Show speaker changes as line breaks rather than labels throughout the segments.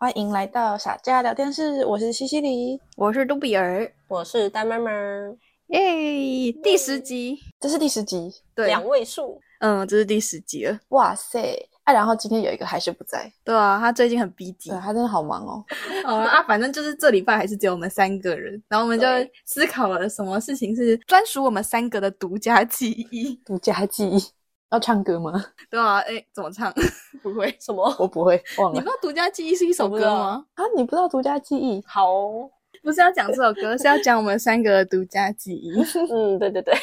欢迎来到傻家聊天室，我是西西里，
我是杜比尔，
我是丹妈妈，
耶、第十集，
这是第十集，
对，
两位数，
嗯，这是第十集了。
哇塞！啊，然后今天有一个还是不在，
对啊，他最近很逼急
对，。他真的好忙 哦。
好了啊，反正就是这礼拜还是只有我们三个人，然后我们就
对
思考了什么事情是专属我们三个的独家记忆，
独家记忆，要唱歌吗？
对啊，哎，怎么唱？ 不会，
什么？
我不会，忘
你
了
不知道独家记忆是一首
我不
歌
知道
吗？
啊！你不知道独家记忆？
好，
不是要讲这首歌，是要讲我们三个的独家记忆。
嗯，对对 对，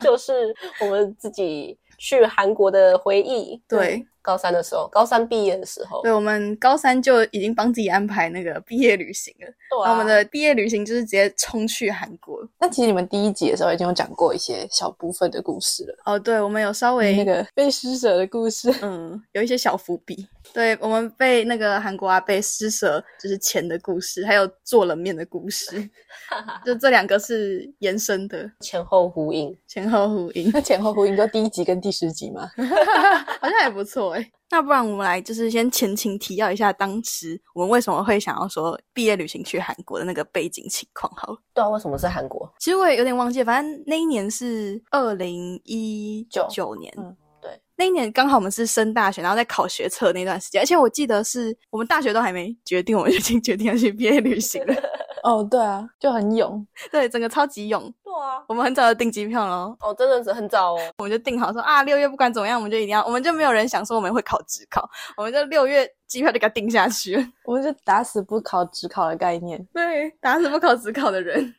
就是我们自己去韩国的回忆。
对，
高三的时候，高三毕业的时候，
对，我们高三就已经帮自己安排那个毕业旅行了。
对
然
啊
后我们的毕业旅行就是直接冲去韩国。
那其实你们第一集的时候已经有讲过一些小部分的故事了，
哦，对，我们有稍微
那个被施舍的故 事。
嗯，有一些小伏笔。对我们被那个韩国阿贝施舍，就是钱的故事，还有做冷面的故事，就这两个是延伸的，
前后呼应，
前后呼应，
那前后呼应，就第一集跟第十集嘛。
好像还不错哎诶、 那不然我们来就是先前情提要一下，当时我们为什么会想要说毕业旅行去韩国的那个背景情况好了。
对啊，为什么是韩国？
其实我也有点忘记，反正那一年是二零一九年，
嗯
对，
那一年刚好我们是升大学，然后在考学测那段时间，而且我记得是我们大学都还没决定，我们就已经决定要去毕业旅行 了，
哦，对啊，就很勇。
对，整个超级勇，
对啊，
我们很早就订机票喽，
哦，真的是很早哦，
我们就定好说啊，六月不管怎么样，我们就一定要，我们就没有人想说我们会考职考，我们就六月机票就给它定下去了，
我们就打死不考只考的概念。
对，打死不考职考的人，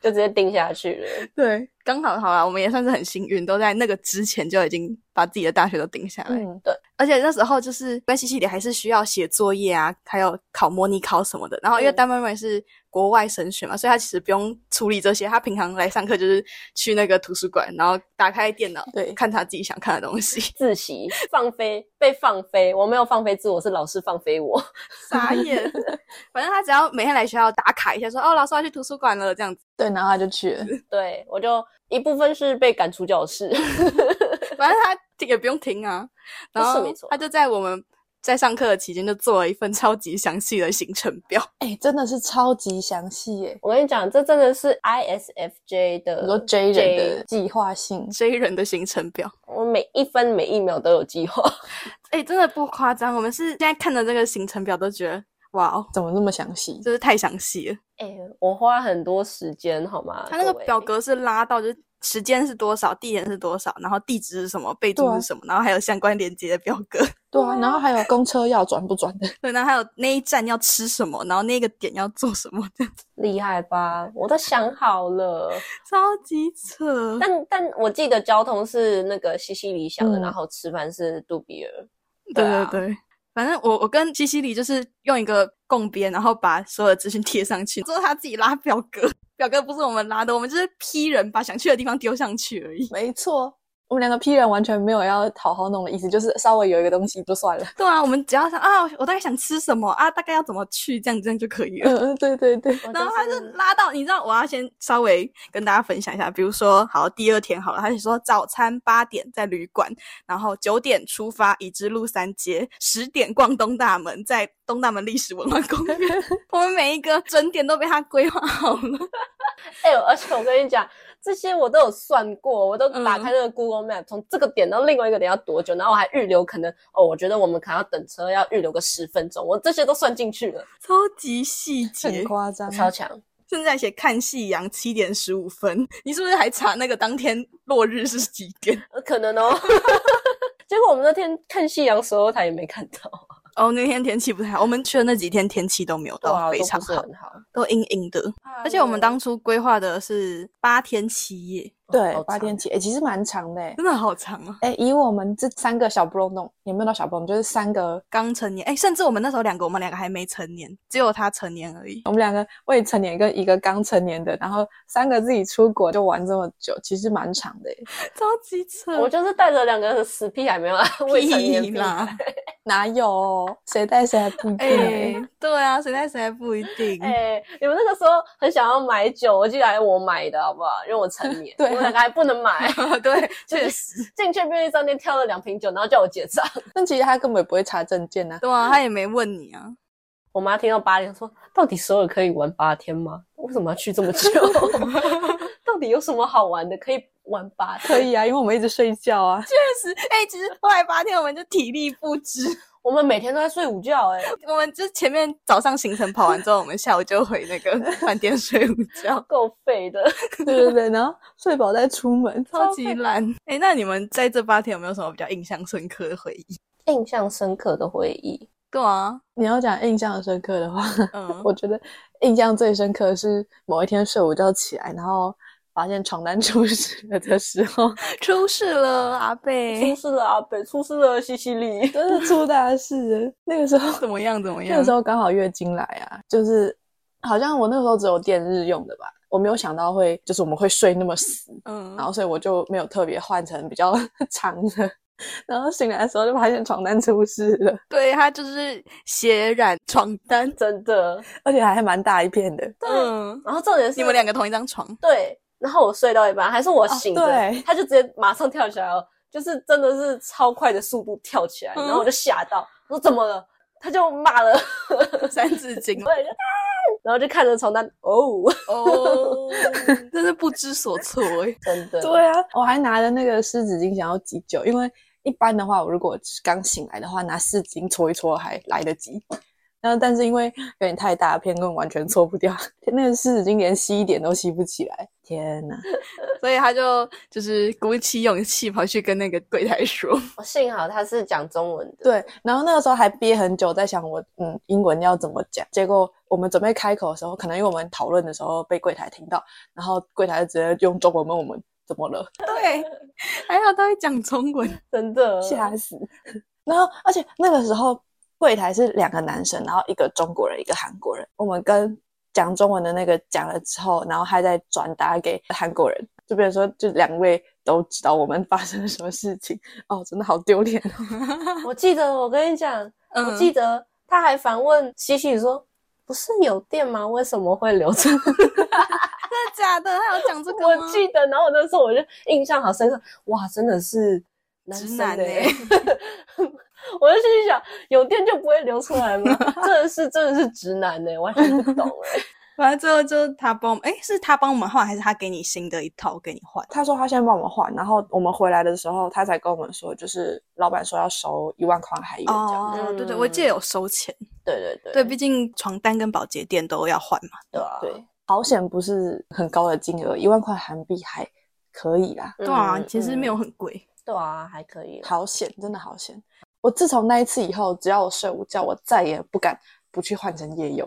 就直接定下去了。
对，刚好好啦，我们也算是很幸运，都在那个之前就已经把自己的大学都定下来。
嗯，
而且那时候就是关西系里还是需要写作业啊，还有考模拟考什么的。然后因为
嗯
丹妹妹是国外升学嘛，所以她其实不用处理这些，她平常来上课就是去那个图书馆，然后打开电脑，
对
看她自己想看的东西。
自习放飞被放飞，我没有放飞自我，是老师放飞我。
傻眼， 反正她只要每天来学校打卡一下说哦，老师我要去图书馆了这样子。
对，然后他就去 了。
对我就一部分是被赶出教室，
反正她也不用听啊，然
是
后
没错
她就在我们在上课的期间就做了一份超级详细的行程表。
哎、真的是超级详细耶。
我跟你讲，这真的是
你说
ISFJ 的
J 人的呃计划性，
这一人的行程表，
我每一分每一秒都有计划。
哎、真的不夸张，我们是现在看的这个行程表都觉得，哇哦，
怎么那么详细？
真是太详细了。
哎、我花很多时间，好吗？
它那个
各位
表，格是拉到就是时间是多少，地点是多少，然后地址是什么，备注
对啊
是什么，然后还有相关连接的表格，
对啊，然后还有公车要转不转的，
对，然后还有那一站要吃什么，然后那个点要做什么， 这样
厉害吧？我都想好 了，
超级扯。
但但我记得交通是那个西西里想
嗯
的，然后吃饭是杜比尔。
对
对啊
对对。反正我我跟西西里就是用一个共编，然后把所有的资讯贴上去，之后他自己拉表格， 表格不是我们拉的，我们就是批人把想去的地方丢上去而已。
没错。我们两个 P 人完全没有要好好弄的意思，就是稍微有一个东西就算了。
对啊，我们只要想啊，我我大概想吃什么啊，大概要怎么去，这样这样就可以了。
嗯， 对对对，
我
然后他
真
就拉到，你知道，我要先稍微跟大家分享一下，比如说，好，第二天好了，他就说早餐八点在旅馆，然后九点出发，已知路三街，十点逛东大门，在东大门历史文化公园，我们每一个整点都被他规划好了。
哎、呦，而且我跟你讲，这些我都有算过，我都
嗯
打开那个 Google Map，从这个点到另外一个点要多久，然后我还预留可能哦，我觉得我们可能要等车，要预留个十分钟，我这些都算进去了，
超级细
很
节，
夸张。
超强。
甚至还写看夕阳七点十五分，你是不是还查那个当天落日是几点？
呃可能哦。 结果我们那天看夕阳的时候，他也没看到，
哦，那天天气不太好，我们去的那几天天气啊都没有到哦非常好，哎
都不是很好。
都阴阴的。而且我们当初规划的是八天七夜，
对
好，
八点起，哎、其实蛮长的诶。
真的好长啊！
哎、以我们这三个小不隆咚，也没有到小不隆，就是三个，
刚成年，哎、甚至我们那时候两个，我们两个还没成年，只有他成年而已。
我们两个未成年跟一个刚成年的，然后三个自己出国就玩这么久，其实蛮长的诶。 欸
超级扯，
我就是带着两个死屁孩，没有啊，未成年
屁
屁
啦
孩，！
哪有谁带谁还不一定
哎、
欸。
对啊，谁带谁还不一定。
哎、你们那个时候很想要买酒，我记得还我买的好不好？因为我成 年，
对啊
我那个还不能买，
对，
就是
确实，
进去便利商店挑了两瓶酒，然后叫我结账。
但其实他根本也不会查证件呐、啊。
对啊，他也没问你啊。
我妈听到八点说：“到底首尔可以玩八天吗？为什么要去这 么久？ 到底有什么好玩的？可以玩八天？
可以啊，因为我们一直睡觉啊。
确实，哎、其实后来八天我们就体力不支，
我们每天都在睡午觉、欸，哎，
我们就前面早上行程跑完之后，我们下午就回那个 饭店睡午觉，
够废的。
对对对，然后睡饱再出 门。
超级懒。哎、那你们在这八天有没有什么比较印象深刻的回忆？
印象深刻的回忆，
对啊，
你要讲印象深刻的话，
嗯，
我觉得印象最深刻的是某一天睡午觉起来，然后发现床单出事了的时候，
出事了，阿
出
贝，
事了，阿北，出事了，西西里。
真的出大事了。那个时 候
怎么样？怎 么
那
样
个时？候刚好月经来啊，就是好像我那个时候只有电日用的吧，我没有想到会就是我们会睡那么死，
嗯
然，后所以我就没有特别换成比较 长的，然后醒来的时候就发现床单出事了，
对他就是血染床单，
真的，
而且还蛮大一片的。
嗯，
然后重点是
你们两个同一张床，
对，然后我睡到一半，还是我醒着，
哦对
他就直接马上跳起来了，就是真的是超快的速度跳起来，
嗯
然后我就吓到，我说怎么了？他就骂了，
三字 经
我也就啊然后就看着床单，哦，
哦， 真是不知所措哎。
真的，
对啊，我还拿着那个湿纸巾想要急救，因为一般的话，我如果刚醒来的话，拿湿纸巾搓一搓还来得及。然后，但是因为有点太大片，根本完全搓不掉，那个湿纸巾连吸一点都吸不起来。天哪！
所以他就就是鼓起勇气跑去跟那个柜台说，
我幸好他是讲中文的，
对，然后那个时候还憋很久，在想我嗯英文要怎么讲。结果我们准备开口的时候，可能因为我们讨论的时候被柜台听到，然后柜台就直接用中文问我们怎么了，
对， 还好他会讲中文，
真的，
呃
吓死。 然后而且那个时候柜台是两个男生，然后一个中国人，一个韩国人。我们跟讲中文的那个讲了之后，然后还在转达给韩国人，就变成说就两位都知道我们发生了什么事情。哦，真的好丢脸哦。
我记得，我跟你讲，
嗯，
我记得他还反问西西里说。不是有电吗？为什么会留着？
真的假的？他有讲这个吗
我记得，然后我那时候我就印象好深刻，哇，真的是男
直
生
男
欸
欸
我就心里想，有电就不会流出来 吗？真的是真的是直男呢、完全不懂哎、
反正最后就是他帮我们，哎，是他帮我们换，还是他给你新的一套给你换？
他说他先帮我们换，然后我们回来的时候，他才跟我们说，就是老板说要收一万块韩元这样。
哦，
嗯
对对，我记得有收钱，
对对对
对，毕竟床单跟保洁垫都要换嘛。
对啊
对，好险不是很高的金额，一万块韩币还可以啦，
嗯
对啊，
嗯
其实没有很贵。
对啊，还可以啦。
好险，真的好险！我自从那一次以后，只要我睡午觉，我再也不敢不去换成夜用。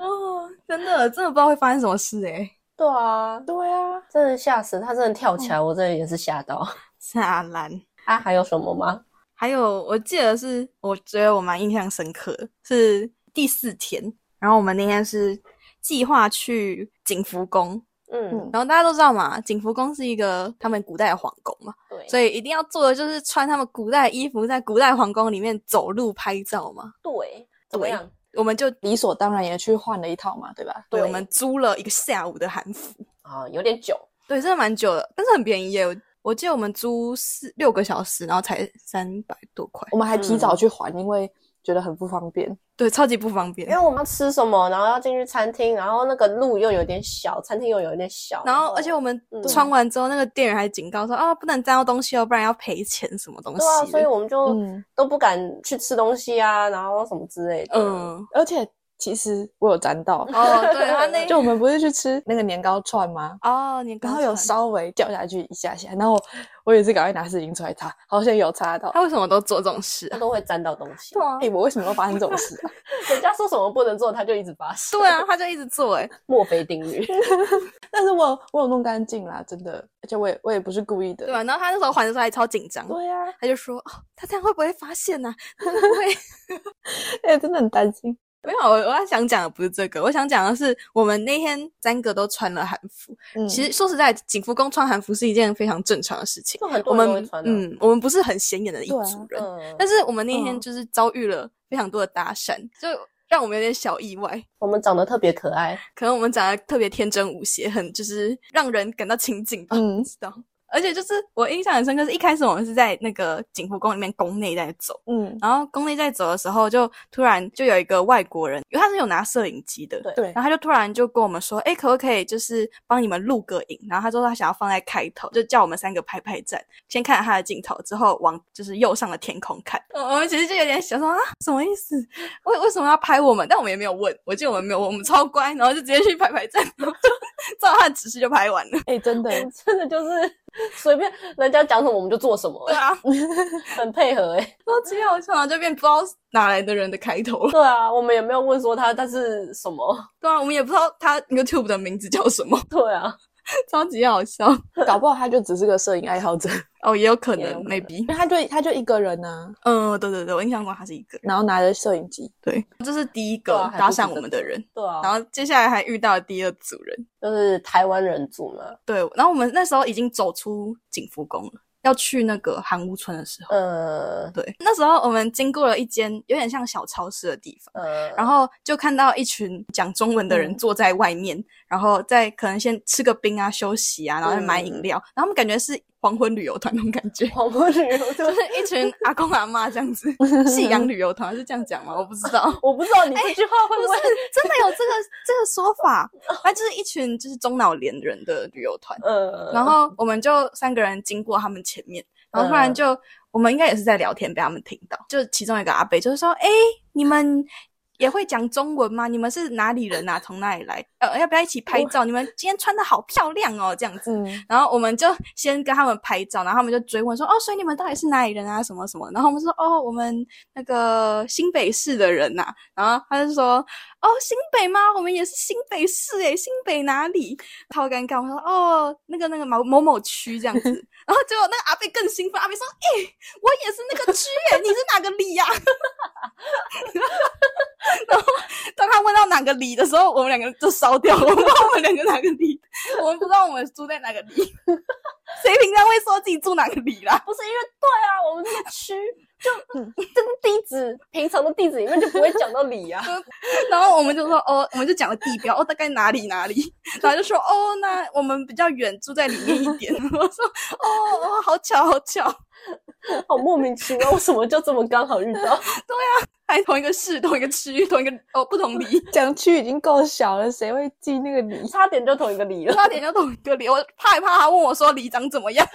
哦，真的，真的不知道会发生什么事哎，
啊对啊，
对啊，
真的吓死他！真的跳起来，我真的也是吓到。
下兰。
啊，还有什么吗？
还有，我记得是，我觉得我蛮印象深刻的，是第四天，然后我们那天是计划去景福宫，
嗯，
嗯
然后大家都知道嘛，景福宫是一个他们古代的皇宫嘛，
对，
所以一定要做的就是穿他们古代的衣服，在古代皇宫里面走路拍照嘛。
对，怎么
对
样？
我们就
理所当然也去换了一套嘛，对吧？
对，
对
我们租了一个下午的韩服，
啊，有点久，
对，真的蛮久的，但是很便宜耶。我我记得我们租四六个小时，然后才三百多块，
我们还提早去还，因为觉得很不方便。
对，超级不方便
因为。我们要吃什么，然后要进去餐厅，然后那个路又有点小，餐厅又有点小，
然后，而且我们穿完之后，那个店员还警告说：“啊，不能沾到东西哦，不然要赔钱什么东西
对啊，
的。”
所以我们就
嗯
都不敢去吃东西啊，然后什么之类的。嗯，
嗯，
而且其实我有沾到，
哦，对，他那
就我们不是去吃那个年糕串吗？
哦，你
然
刚
后有
烧，
稍微掉下去一下下，然后我也是赶快拿湿巾出来擦，好像有擦到。
他为什么都做这种事
他
啊？
都会沾到东西。
啊
哎、我为什么要发生这种事啊？
人家说什么不能做，他就一直发生。
对，啊，他就一直做、欸，
墨菲 定律。
但是我有我有弄干净啦，真的，而且我也我也不是故意的。
对啊，然后他那时候还的时候还超紧张，
对 呀、啊，
他就说：“哦，他这样会不会发现呢、啊？会不会
哎、真的很担心。
没有，我我想讲的不是这个，我想讲的是我们那天三个都穿了韩服。
嗯
其实说实在，景福宫穿韩服是一件非常正常的事情。
就很
我
多人都会
们
穿啊。
嗯，我们不是很显眼的一
对啊
组人，
嗯，但
但
是
是我们那天
嗯
就是遭遇了非常多的搭讪，就让我们有点小意外。
我们长得特别可爱，
可能我们长得特别天真无邪，很就是让人感到亲近吧，
嗯
不知道。而且就是我印象很深刻，是一开始我们是在那个景福宫里面宫内在走，
嗯，
然后宫内在走的时候，就突然就有一个外国人，因为他是有拿摄影机的，
对
对，
然后他就突然就跟我们说，哎、可不可以就是帮你们录个影？然后他说他想要放在开头，就叫我们三个拍拍站，先看他的镜头，之后往就是右上的天空看。呃我们其实就有点想说啊，什么意思？为为什么要拍我们？但我们也没有问，我记得我们没有问，我们超乖，然后就直接去拍拍站，然后就照他的指示就拍完了。
哎、真 的，
真的就是 随便人家讲什么我们就做什么
对，啊，
很配合哎。
超级好笑，然后就变不知道哪来的人的开头了。
对啊，我们也没有问说他他是什么。
对啊，我们也不知道他 YouTube 的名字叫什么，
对啊，
超级好笑。
搞不好他就只是个摄影爱好者，
哦，也有可能
也有可能
m a y b e
因为他就他就一个人呢、
嗯、对对对，我印象中他是一个人。
然后拿着摄影机，
对，这是第一
对
个
啊还
搭
不止
讪
这
我们的
个
人，
对啊，
然后接下来还遇到第二组人。
就是台湾人住嘛，
对，然后我们那时候已经走出景福宫了，要去那个韩屋村的时候，
呃
对，那时候我们经过了一间有点像小超市的地方。
呃，
然后就看到一群讲中文的人
嗯
坐在外面，然后再可能先吃个冰啊、休息啊，然后再
嗯
买饮料，然后他们感觉是黄昏旅游团那种感觉，
黄昏旅游就
就是是 一群阿公阿妈这样 子，夕阳旅游团是这样讲吗？我不知道，
我不知道你这句话会
不
不
是
会，
真的有这个 这个说法，它就是一群就是中老年人的旅游团，
呃，
然后我们就三个人经过他们前面，然后突然就、我们应该也是在聊天被他们听到，就其中一个阿北就是说：“哎、你们也会讲中文吗？你们是哪里人啊？从哪里来？呃，要不要一起拍照？你们今天穿的好漂亮哦，这样子。”
嗯，
然后我们就先跟他们拍照，然后他们就追问说：“哦，所以你们到底是哪里人啊？什么什么？”然后我们说：“哦，我们那个新北市的人呐、然后他就说：“哦，新北吗？我们也是新北市诶、新北哪里？”超尴尬。我说：“哦，那个那个某某某区这样子。” 然后结果那个阿贝更兴奋，阿贝说：“哎、我也是那个区诶、你是哪个里呀、 然后当他问到哪个里的时候，我们两个就烧掉了，我不知道我们两个哪个里。我们不知道我们住在哪个里， 谁平常会说自己住哪个里啦？
不是因为对啊，我们这个区就
嗯
这个地址，平常的地址里面就不会讲到 里啊。
然后我们就说哦，我们就讲了地标哦，大概哪里哪 里，然后就说哦，那我们比较远，住在里面一 点。我说哦哦，好巧好巧，
好莫名其妙，为什么就这么刚好遇 到？
还同一个市、同一个区域、同一个哦不同里，
讲区已经够小了，谁会记那个你？
差点就同一个里了。
差点就同一个里，我害怕他问我说里长怎么 样，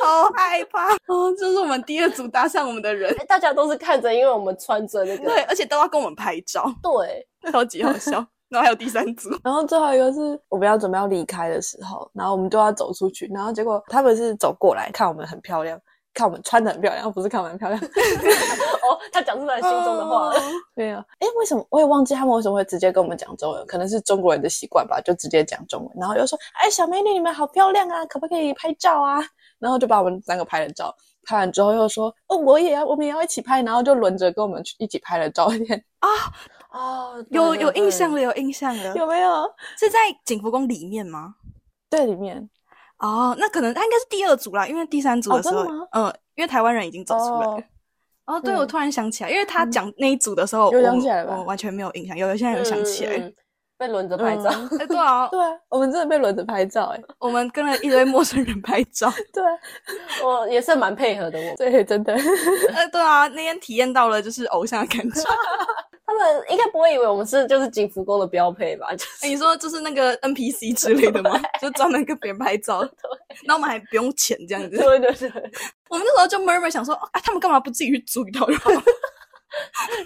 好害怕哦，这是我们第二组搭上我们的人，
哎大家都是看着，因为我们穿着那个
对，而且都要跟我们拍照，
对，
超级好笑。然后还有第三组，
然后最后一个是我们要准备要离开的时候，然后我们就要走出去，然后结果他们是走过来看我们很漂亮，看我们穿的很漂亮，不是看我们很漂亮，
哦，他讲出来心中的话了。
哦
没有。哎，为什么我也忘记他们为什么会直接跟我们讲中文？可能是中国人的习惯吧，就直接讲中文，然后又说：“哎，小美女，你们好漂亮啊，可不可以拍照啊？”然后就把我们三个拍了照，拍完之后又说：“哦，我也要，我们也要一起拍。”然后就轮着跟我们去一起拍了照片，
哦，对
有有印象。
对对
了，有印象了，
有没有？
是在景福宫里面吗？
对，里面
哦，那可能他应该是第二组啦，因为第三组
哦
的时候，
真的吗
嗯、因为台湾人已经走出来了。嗯
哦
哦，对，
嗯
我突然想起来，因为他讲那一组的时候，
有
我
想起来了吧
我完全没有印象，有有现在有想起来。
嗯嗯嗯被轮着拍照，
哎、对啊，
对啊，我们真的被轮着拍照、哎，
我们跟了一堆陌生人拍 照，
对啊，
我哦也是蛮配合的。我
对，真的。
呃，对啊，那天体验到了就是偶像的感 觉。
他们应该不会以为我们是就是景福宫的标配吧？ 就是
哎你说就是那个 NPC 之类 的吗？就专门跟别人拍照，那我们还不用钱这样子。
对对对，
我们那时候就 murmur 想说，哦啊，他们干嘛不自己去租一套就好 了？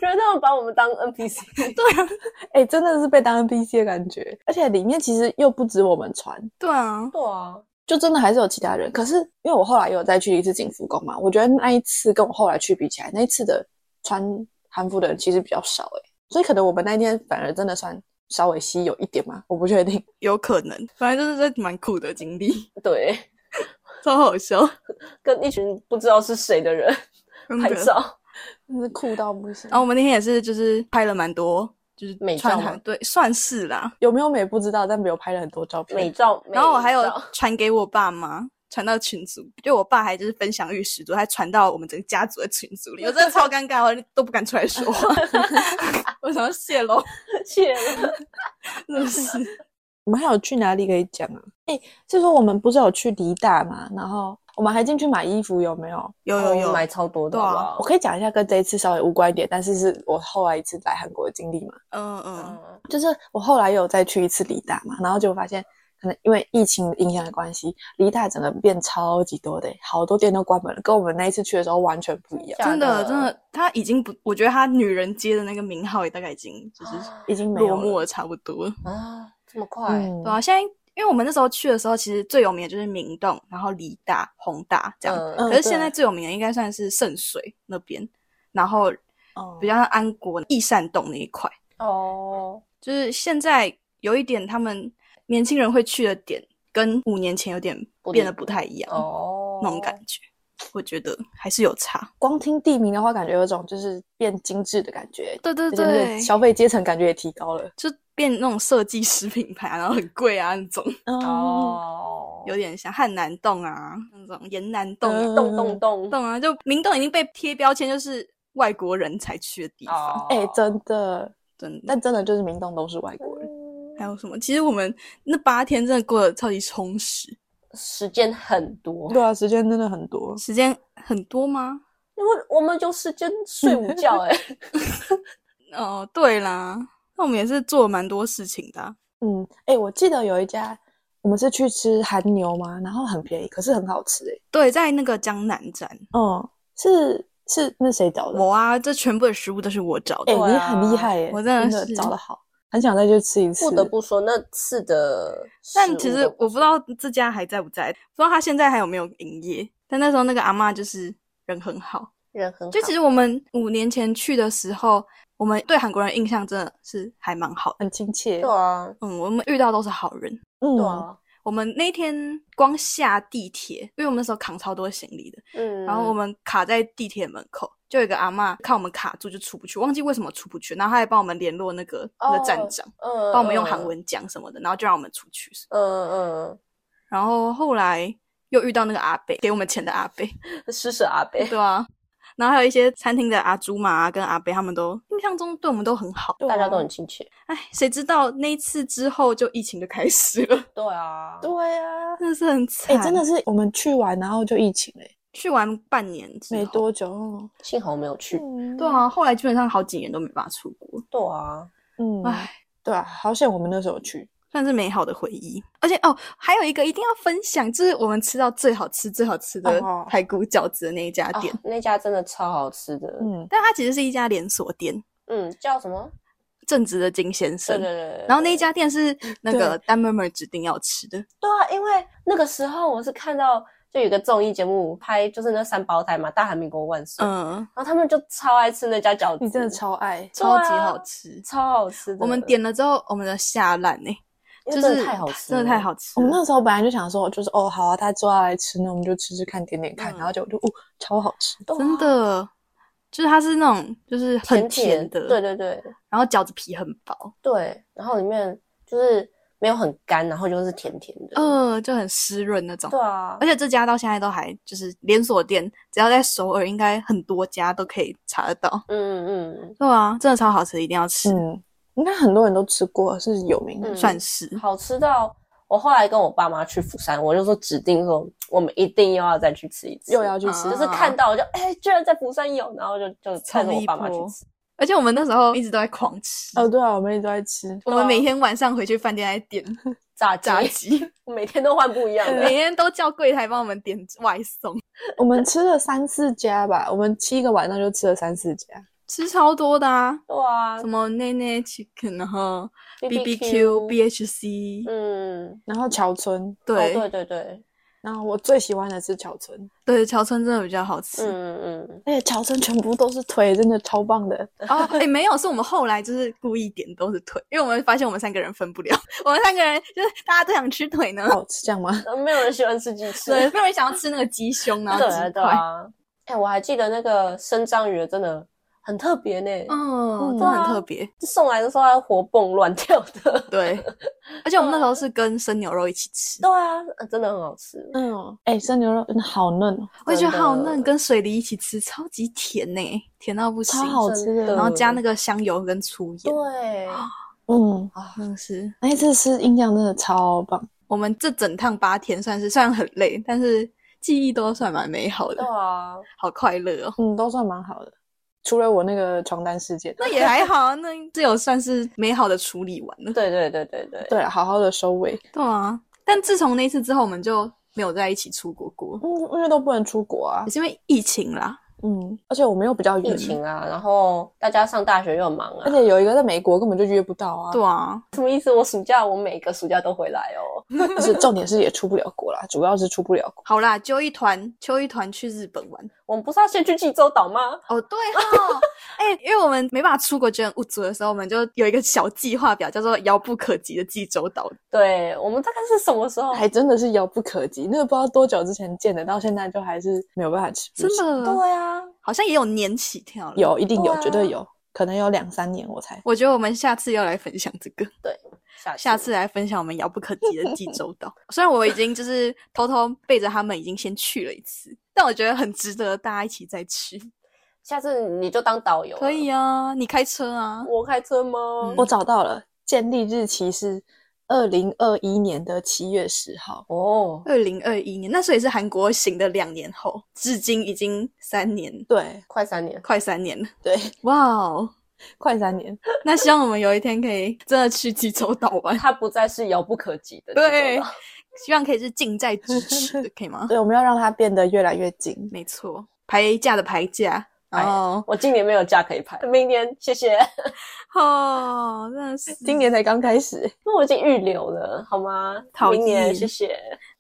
因为他们把我们当 NPC。
对啊，
哎、真的是被当 NPC 的感觉，而且里面其实又不止我们穿，
对啊，
对啊，
就真的还是有其他人。可是因为我后来有再去一次景福宫嘛，我觉得那一次跟我后来去比起来，那一次的穿韩服的人其实比较少哎、所以可能我们那天反而真的算稍微稀有一点嘛，我不确定。
有可能，反正就是这蛮酷的经历。
对，
超好笑，
跟一群不知道是谁的人
真
拍
的
照，
真是酷到不行。
然后我们那天也是就是拍了蛮多，就是
美
穿
照
韩
吗
对，算是啦。
有没有美不知道，但没有拍了很多照
美
片。
照，
然后我还有
美照
传给我爸妈，传到群组，就我爸还就是分享欲十足，还传到我们整个家族的群组 里，我真的超尴尬，我都不敢出来说话，我想要泄露，
谢了，
真的是。
我们还有去哪里可以讲啊？哎、是说我们不是有去梨大嘛？然后我们还进去买衣服，有没有？
有呃有
我
有，
买超多的，
对啊
我
好
可以讲一下跟这一次稍微无关一点，但是是我后来一次来韩国的经历嘛。
嗯
不
嗯，
好？
就是我后来有再去一次梨大嘛，然后就发现可能因为疫情影响的关系，梨大整个变超级多的欸，好多店都关门了，跟我们那一次去的时候完全不一样，
假
真的
的
真的，他已经不，我觉得他女人街的那个名号也大概已经就是
哦
已经没有
落
了
寞的差不多了。
嗯啊，这么快？
嗯
对啊，现在因为我们那时候去的时候，其实最有名的就是明洞，然后梨大、宏大这样。
嗯
嗯
可是现在
对
最有名的应该算是圣水那边，然后
哦
比较像安国益善洞那一块，
哦，
就是现在有一点他们年轻人会去的点，跟五年前有点
不一
变得不太一样，
哦，
那种感觉，我觉得还是有差。
光听地名的话，感觉有种就是变精致的感觉，
对对
而且那
对
个，消费阶层感觉也提高了。
就变那种设计师品牌啊，然后很贵啊那种，
哦，
哦，
有点像汉南洞啊那种沿南洞啊、
嗯
动动动
洞啊，就明洞已经被贴标签就是外国人才去的地方，
哦，
哎、真的，
真的。
但真的就是民众都是外国人，
还有什么？其实我们那八天真的过得超级充实，
时间很多，
对啊，时间真的很多。
时间很多吗？
因为我们有时间睡午觉， 哎，
哦，对啦，那我们也是做了蛮多事情的啊、
嗯，哎、我记得有一家，我们是去吃韩牛嘛，然后很便宜，可是很好吃哎、
对，在那个江南站，
嗯，是是那谁
嗯
找的？
我啊，这全部的食物都是我找
哎、
的。
你
对啊
很厉害哎、
我真的
真
是
的找的好，很想再去吃一次。
不得不说那次的食物
但
都，
其实我不知道这家还在不在，不知道他现在还有没有营业。但那时候那个阿嬷就是人很好，
人很好，
就其实我们五年前去的时候，我们对韩国人印象真的是还蛮好的。
很亲切，
对啊，
嗯，我们遇到都是好人。
嗯
对啊，
我们那天光下地铁，因为我们那时候扛超多行李的，
嗯，
然后我们卡在地铁门口，就有一个阿嬷看我们卡住就出不去，忘记为什么出不去，然后她还帮我们联络那个那个站
哦
长，
嗯，
帮我们用韩文讲什么的，然后就让我们出去。
嗯，嗯
然后后来又遇到那个阿北给我们钱的阿北，
嗯，施舍阿贝，
对啊，然后还有一些餐厅的阿朱嘛跟阿北，他们都印象中对我们都很好。
对
大家都
啊
很亲切，
哎，谁知道那一次之后就疫情就开始了，
对啊，
对啊，
真的是很惨。
哎、真的是我们去完然后就疫情嘞、
去完半年之后
没多久。哦
幸好我没有去，
嗯，
对，啊，后来基本上好几年都没办法出国，
对啊，
嗯，
唉，
对啊，好险我们那时候去，
算是美好的回忆。而且哦，还有一个一定要分享，就是我们吃到最好吃、最好吃的
哦
排骨饺子的那一家店，
哦那家真的超好吃的，
嗯，
但它其实是一家连锁店，
嗯，叫什么？
正直的金先
对
生。
对对对，
然后那一家店是那个
对
丹妹妹指定要吃的，
对啊，因为那个时候我是看到就有一个综艺节目拍，就是那三胞胎嘛，《大韩民国万岁》
嗯，
然后他们就超爱吃那家饺子，
你真的超爱，
超
啊
级好吃。
超好吃的。
我们点了之后，我们的下烂呢、
因
就
为真
是
的太好吃，哦
真的太。好吃
我
了。
们那时候本来就想说，就是哦，好啊，大家坐下来吃，那我们就吃吃看，点点看，
嗯
然后就就哦，超好吃，
真的，就是它是那种就是很
啊甜
甜的，
对对对
然后饺子皮很薄，
对，然后里面就是没有很干，然后就是甜甜的。，
呃，就很湿润那种
对。啊
而，且这家到现在都还就是连锁店，只要在首尔，应该很多家都可以查得到。
嗯嗯
对啊，真的超好吃，一定要吃，
嗯，应该很多人都吃过，是有名的，
嗯
算是。
嗯，好吃到我后来跟我爸妈去釜山，我就说指定说我们一定又要再去吃一次，
又要去吃
啊，
就是看到我就哎、居然在釜山有，然后就就带着我爸妈去
冲一波
吃。
而且我们那时候一直都在狂吃，
哦，对啊，我们一直都在吃，
我们每天晚上回去饭店来点
炸鸡，
炸鸡，
我 每天都换不一样 的
每。天都叫柜台帮我们点外送，
我们吃了三四家吧，我们七个晚上就吃了三四家，
吃超多的啊，
对啊
什么奈奈 chicken，然后 B B Q
，BBQ
B H C，
嗯，
然后桥村，
哦
对
对 对对，
然后我最喜欢的是桥村，
对，乔村真的比较好吃。
嗯嗯，
而且桥村全部都是腿，真的超棒的，
哦，哎、没有，是我们后来就是故意点都是腿，因为我们发现我们三个人分不了， 我们三个人就是大家都想吃腿呢，
好吃这样吗？
呃没有人喜欢吃鸡翅，
对，没有人想要吃那个鸡胸，然后
对
鸡
啊对
块，
啊。哎、我还记得那个生章鱼的真的很特别呢。
嗯，真
对
的
啊
很特别。
送来的时候还活蹦乱跳的。
对，而且我们那时候是跟生牛肉一起吃，
对啊，呃真的很好吃。
嗯，哎、生牛肉真的好嫩哦，
我觉得好
真的
嫩，跟水梨一起吃超级甜呢、甜到不行
超。好吃
真的
的。
然后加那个香油跟粗盐，
对，
嗯，
真的是
那一次吃印象真的超棒。
我们这整趟八天算是虽然很累，但是记忆都算蛮美好的
对，啊，
好快乐哦。
嗯，都算蛮好的，除了我那个床单事件。
那也还好啊，那这有算是美好的处理完了。
对对对对对。
对，好好的收尾。
对啊，但自从那次之后，我们就没有在一起出国过，
嗯，因为都不能出国啊
也。是因为疫情啦。
嗯，而且我们又比较
疫
远，
情啊，然后大家上大学又忙啊
嗯
而，且有一个在美国根本就约不到啊。
对啊，
什么意思？我暑假我每个暑假都回来哦。
而且重点是也出不了国啦，主要是出不了国。
好啦，揪一团，揪一团去日本玩。
我们不是要先去济州岛吗？
哦，对哦， 哎、因为我们没办法出国，觉得很无助的时候，我们就有一个小计划表，叫做“遥不可及的济州岛
对，我们大概是什么时候？
还真的是遥不可及，那个不知道多久之前建的，到现在就还是没有办法吃”，。
真，的
对啊，
好像也有年起跳了。，
有一定有，
对啊
绝对有，可能有两三年我才。
我觉得我们下次要来分享这个，
下
下次来分享我们遥不可及的济州 岛。虽然我已经就是偷偷背着他们已经先去了一次，但我觉得很值得大家一起再去。
下次你就当导游，
可以
啊。
啊，你开车啊，
我开车吗？
嗯
我找到了，建立日期是二零二一年的七月十号。
哦，
二零二一年那时候也是韩国行的两年后，至今已经三年，
对
快三年，
快三年了。
对，
哇哦！
快三年。
那希望我们有一天可以真的去济州岛玩，
它不再是遥不可及的。济
对
州岛，
希望可以是近在咫尺的，可以 吗？
对，我们要让它变得越来越近。
没错，排假的排假，哦然后
我今年没有假可以排，明年谢谢，
哦，真的是
今年才刚开始，
因为我已经预留了，好吗？
讨厌
明年谢谢。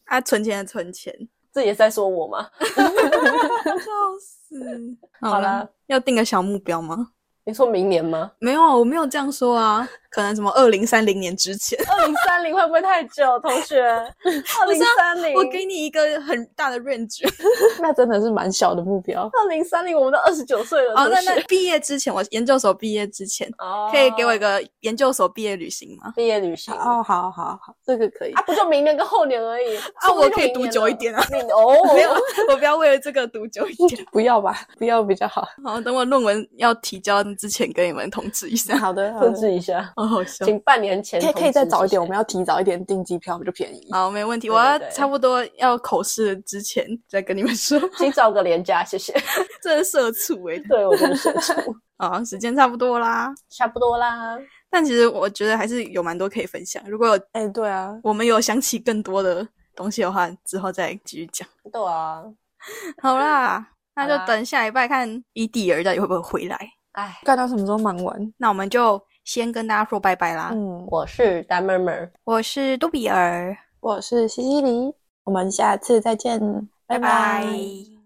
啊，存钱的存钱，
这也是在说我吗？
笑死！
好
好
啦
啦，要定个小目标吗？
你说明年吗？
没有啊，我没有这样说啊，可能什么二零三零年之前，
二零三零会不会太久，同 学？二零三零，
我给你一个很大哎的 range
那真的是蛮小的目标。
二零三零，我们都二十九岁了，
哦，
同
那
学
那毕业之前，我研究所毕业之前，
哦
可以给我一个研究所毕业旅行吗？
毕业旅行啊？
哦，好好好，啊这个可以。
不就明年跟后年而已
啊，我可以读久一。点啊。
说不定就明年了你哦，
没有，我不要为了这个读久一点。
不要吧，不要比较 好。
好，等我论文要提交之前，跟你们通知一下。
好的，好
通
的，
知一下，
好好笑。
请半年前
可以可以再早一点，我们
要
要提早一点订机票，就便宜。
好，没问题。
对
我要
对对
差不多要口试之前再跟你们说，
请找个廉价，谢谢。
这是社畜哎、
对我跟你说，
好，时间差不多啦。
差不多啦。
但其实我觉得还是有蛮多可以分享。如果有
哎、对啊，
我们有想起更多的东西的话，之后再继续讲。
对啊，
好啦，那
好
就
啦
等下礼拜看伊蒂尔到底会不会回来。
哎，
干到什么时候忙完？
那我们就先跟大家说拜拜啦。
嗯，
我是大妹妹，
我是杜比尔，
我是西西里，我们下次再见，拜
拜拜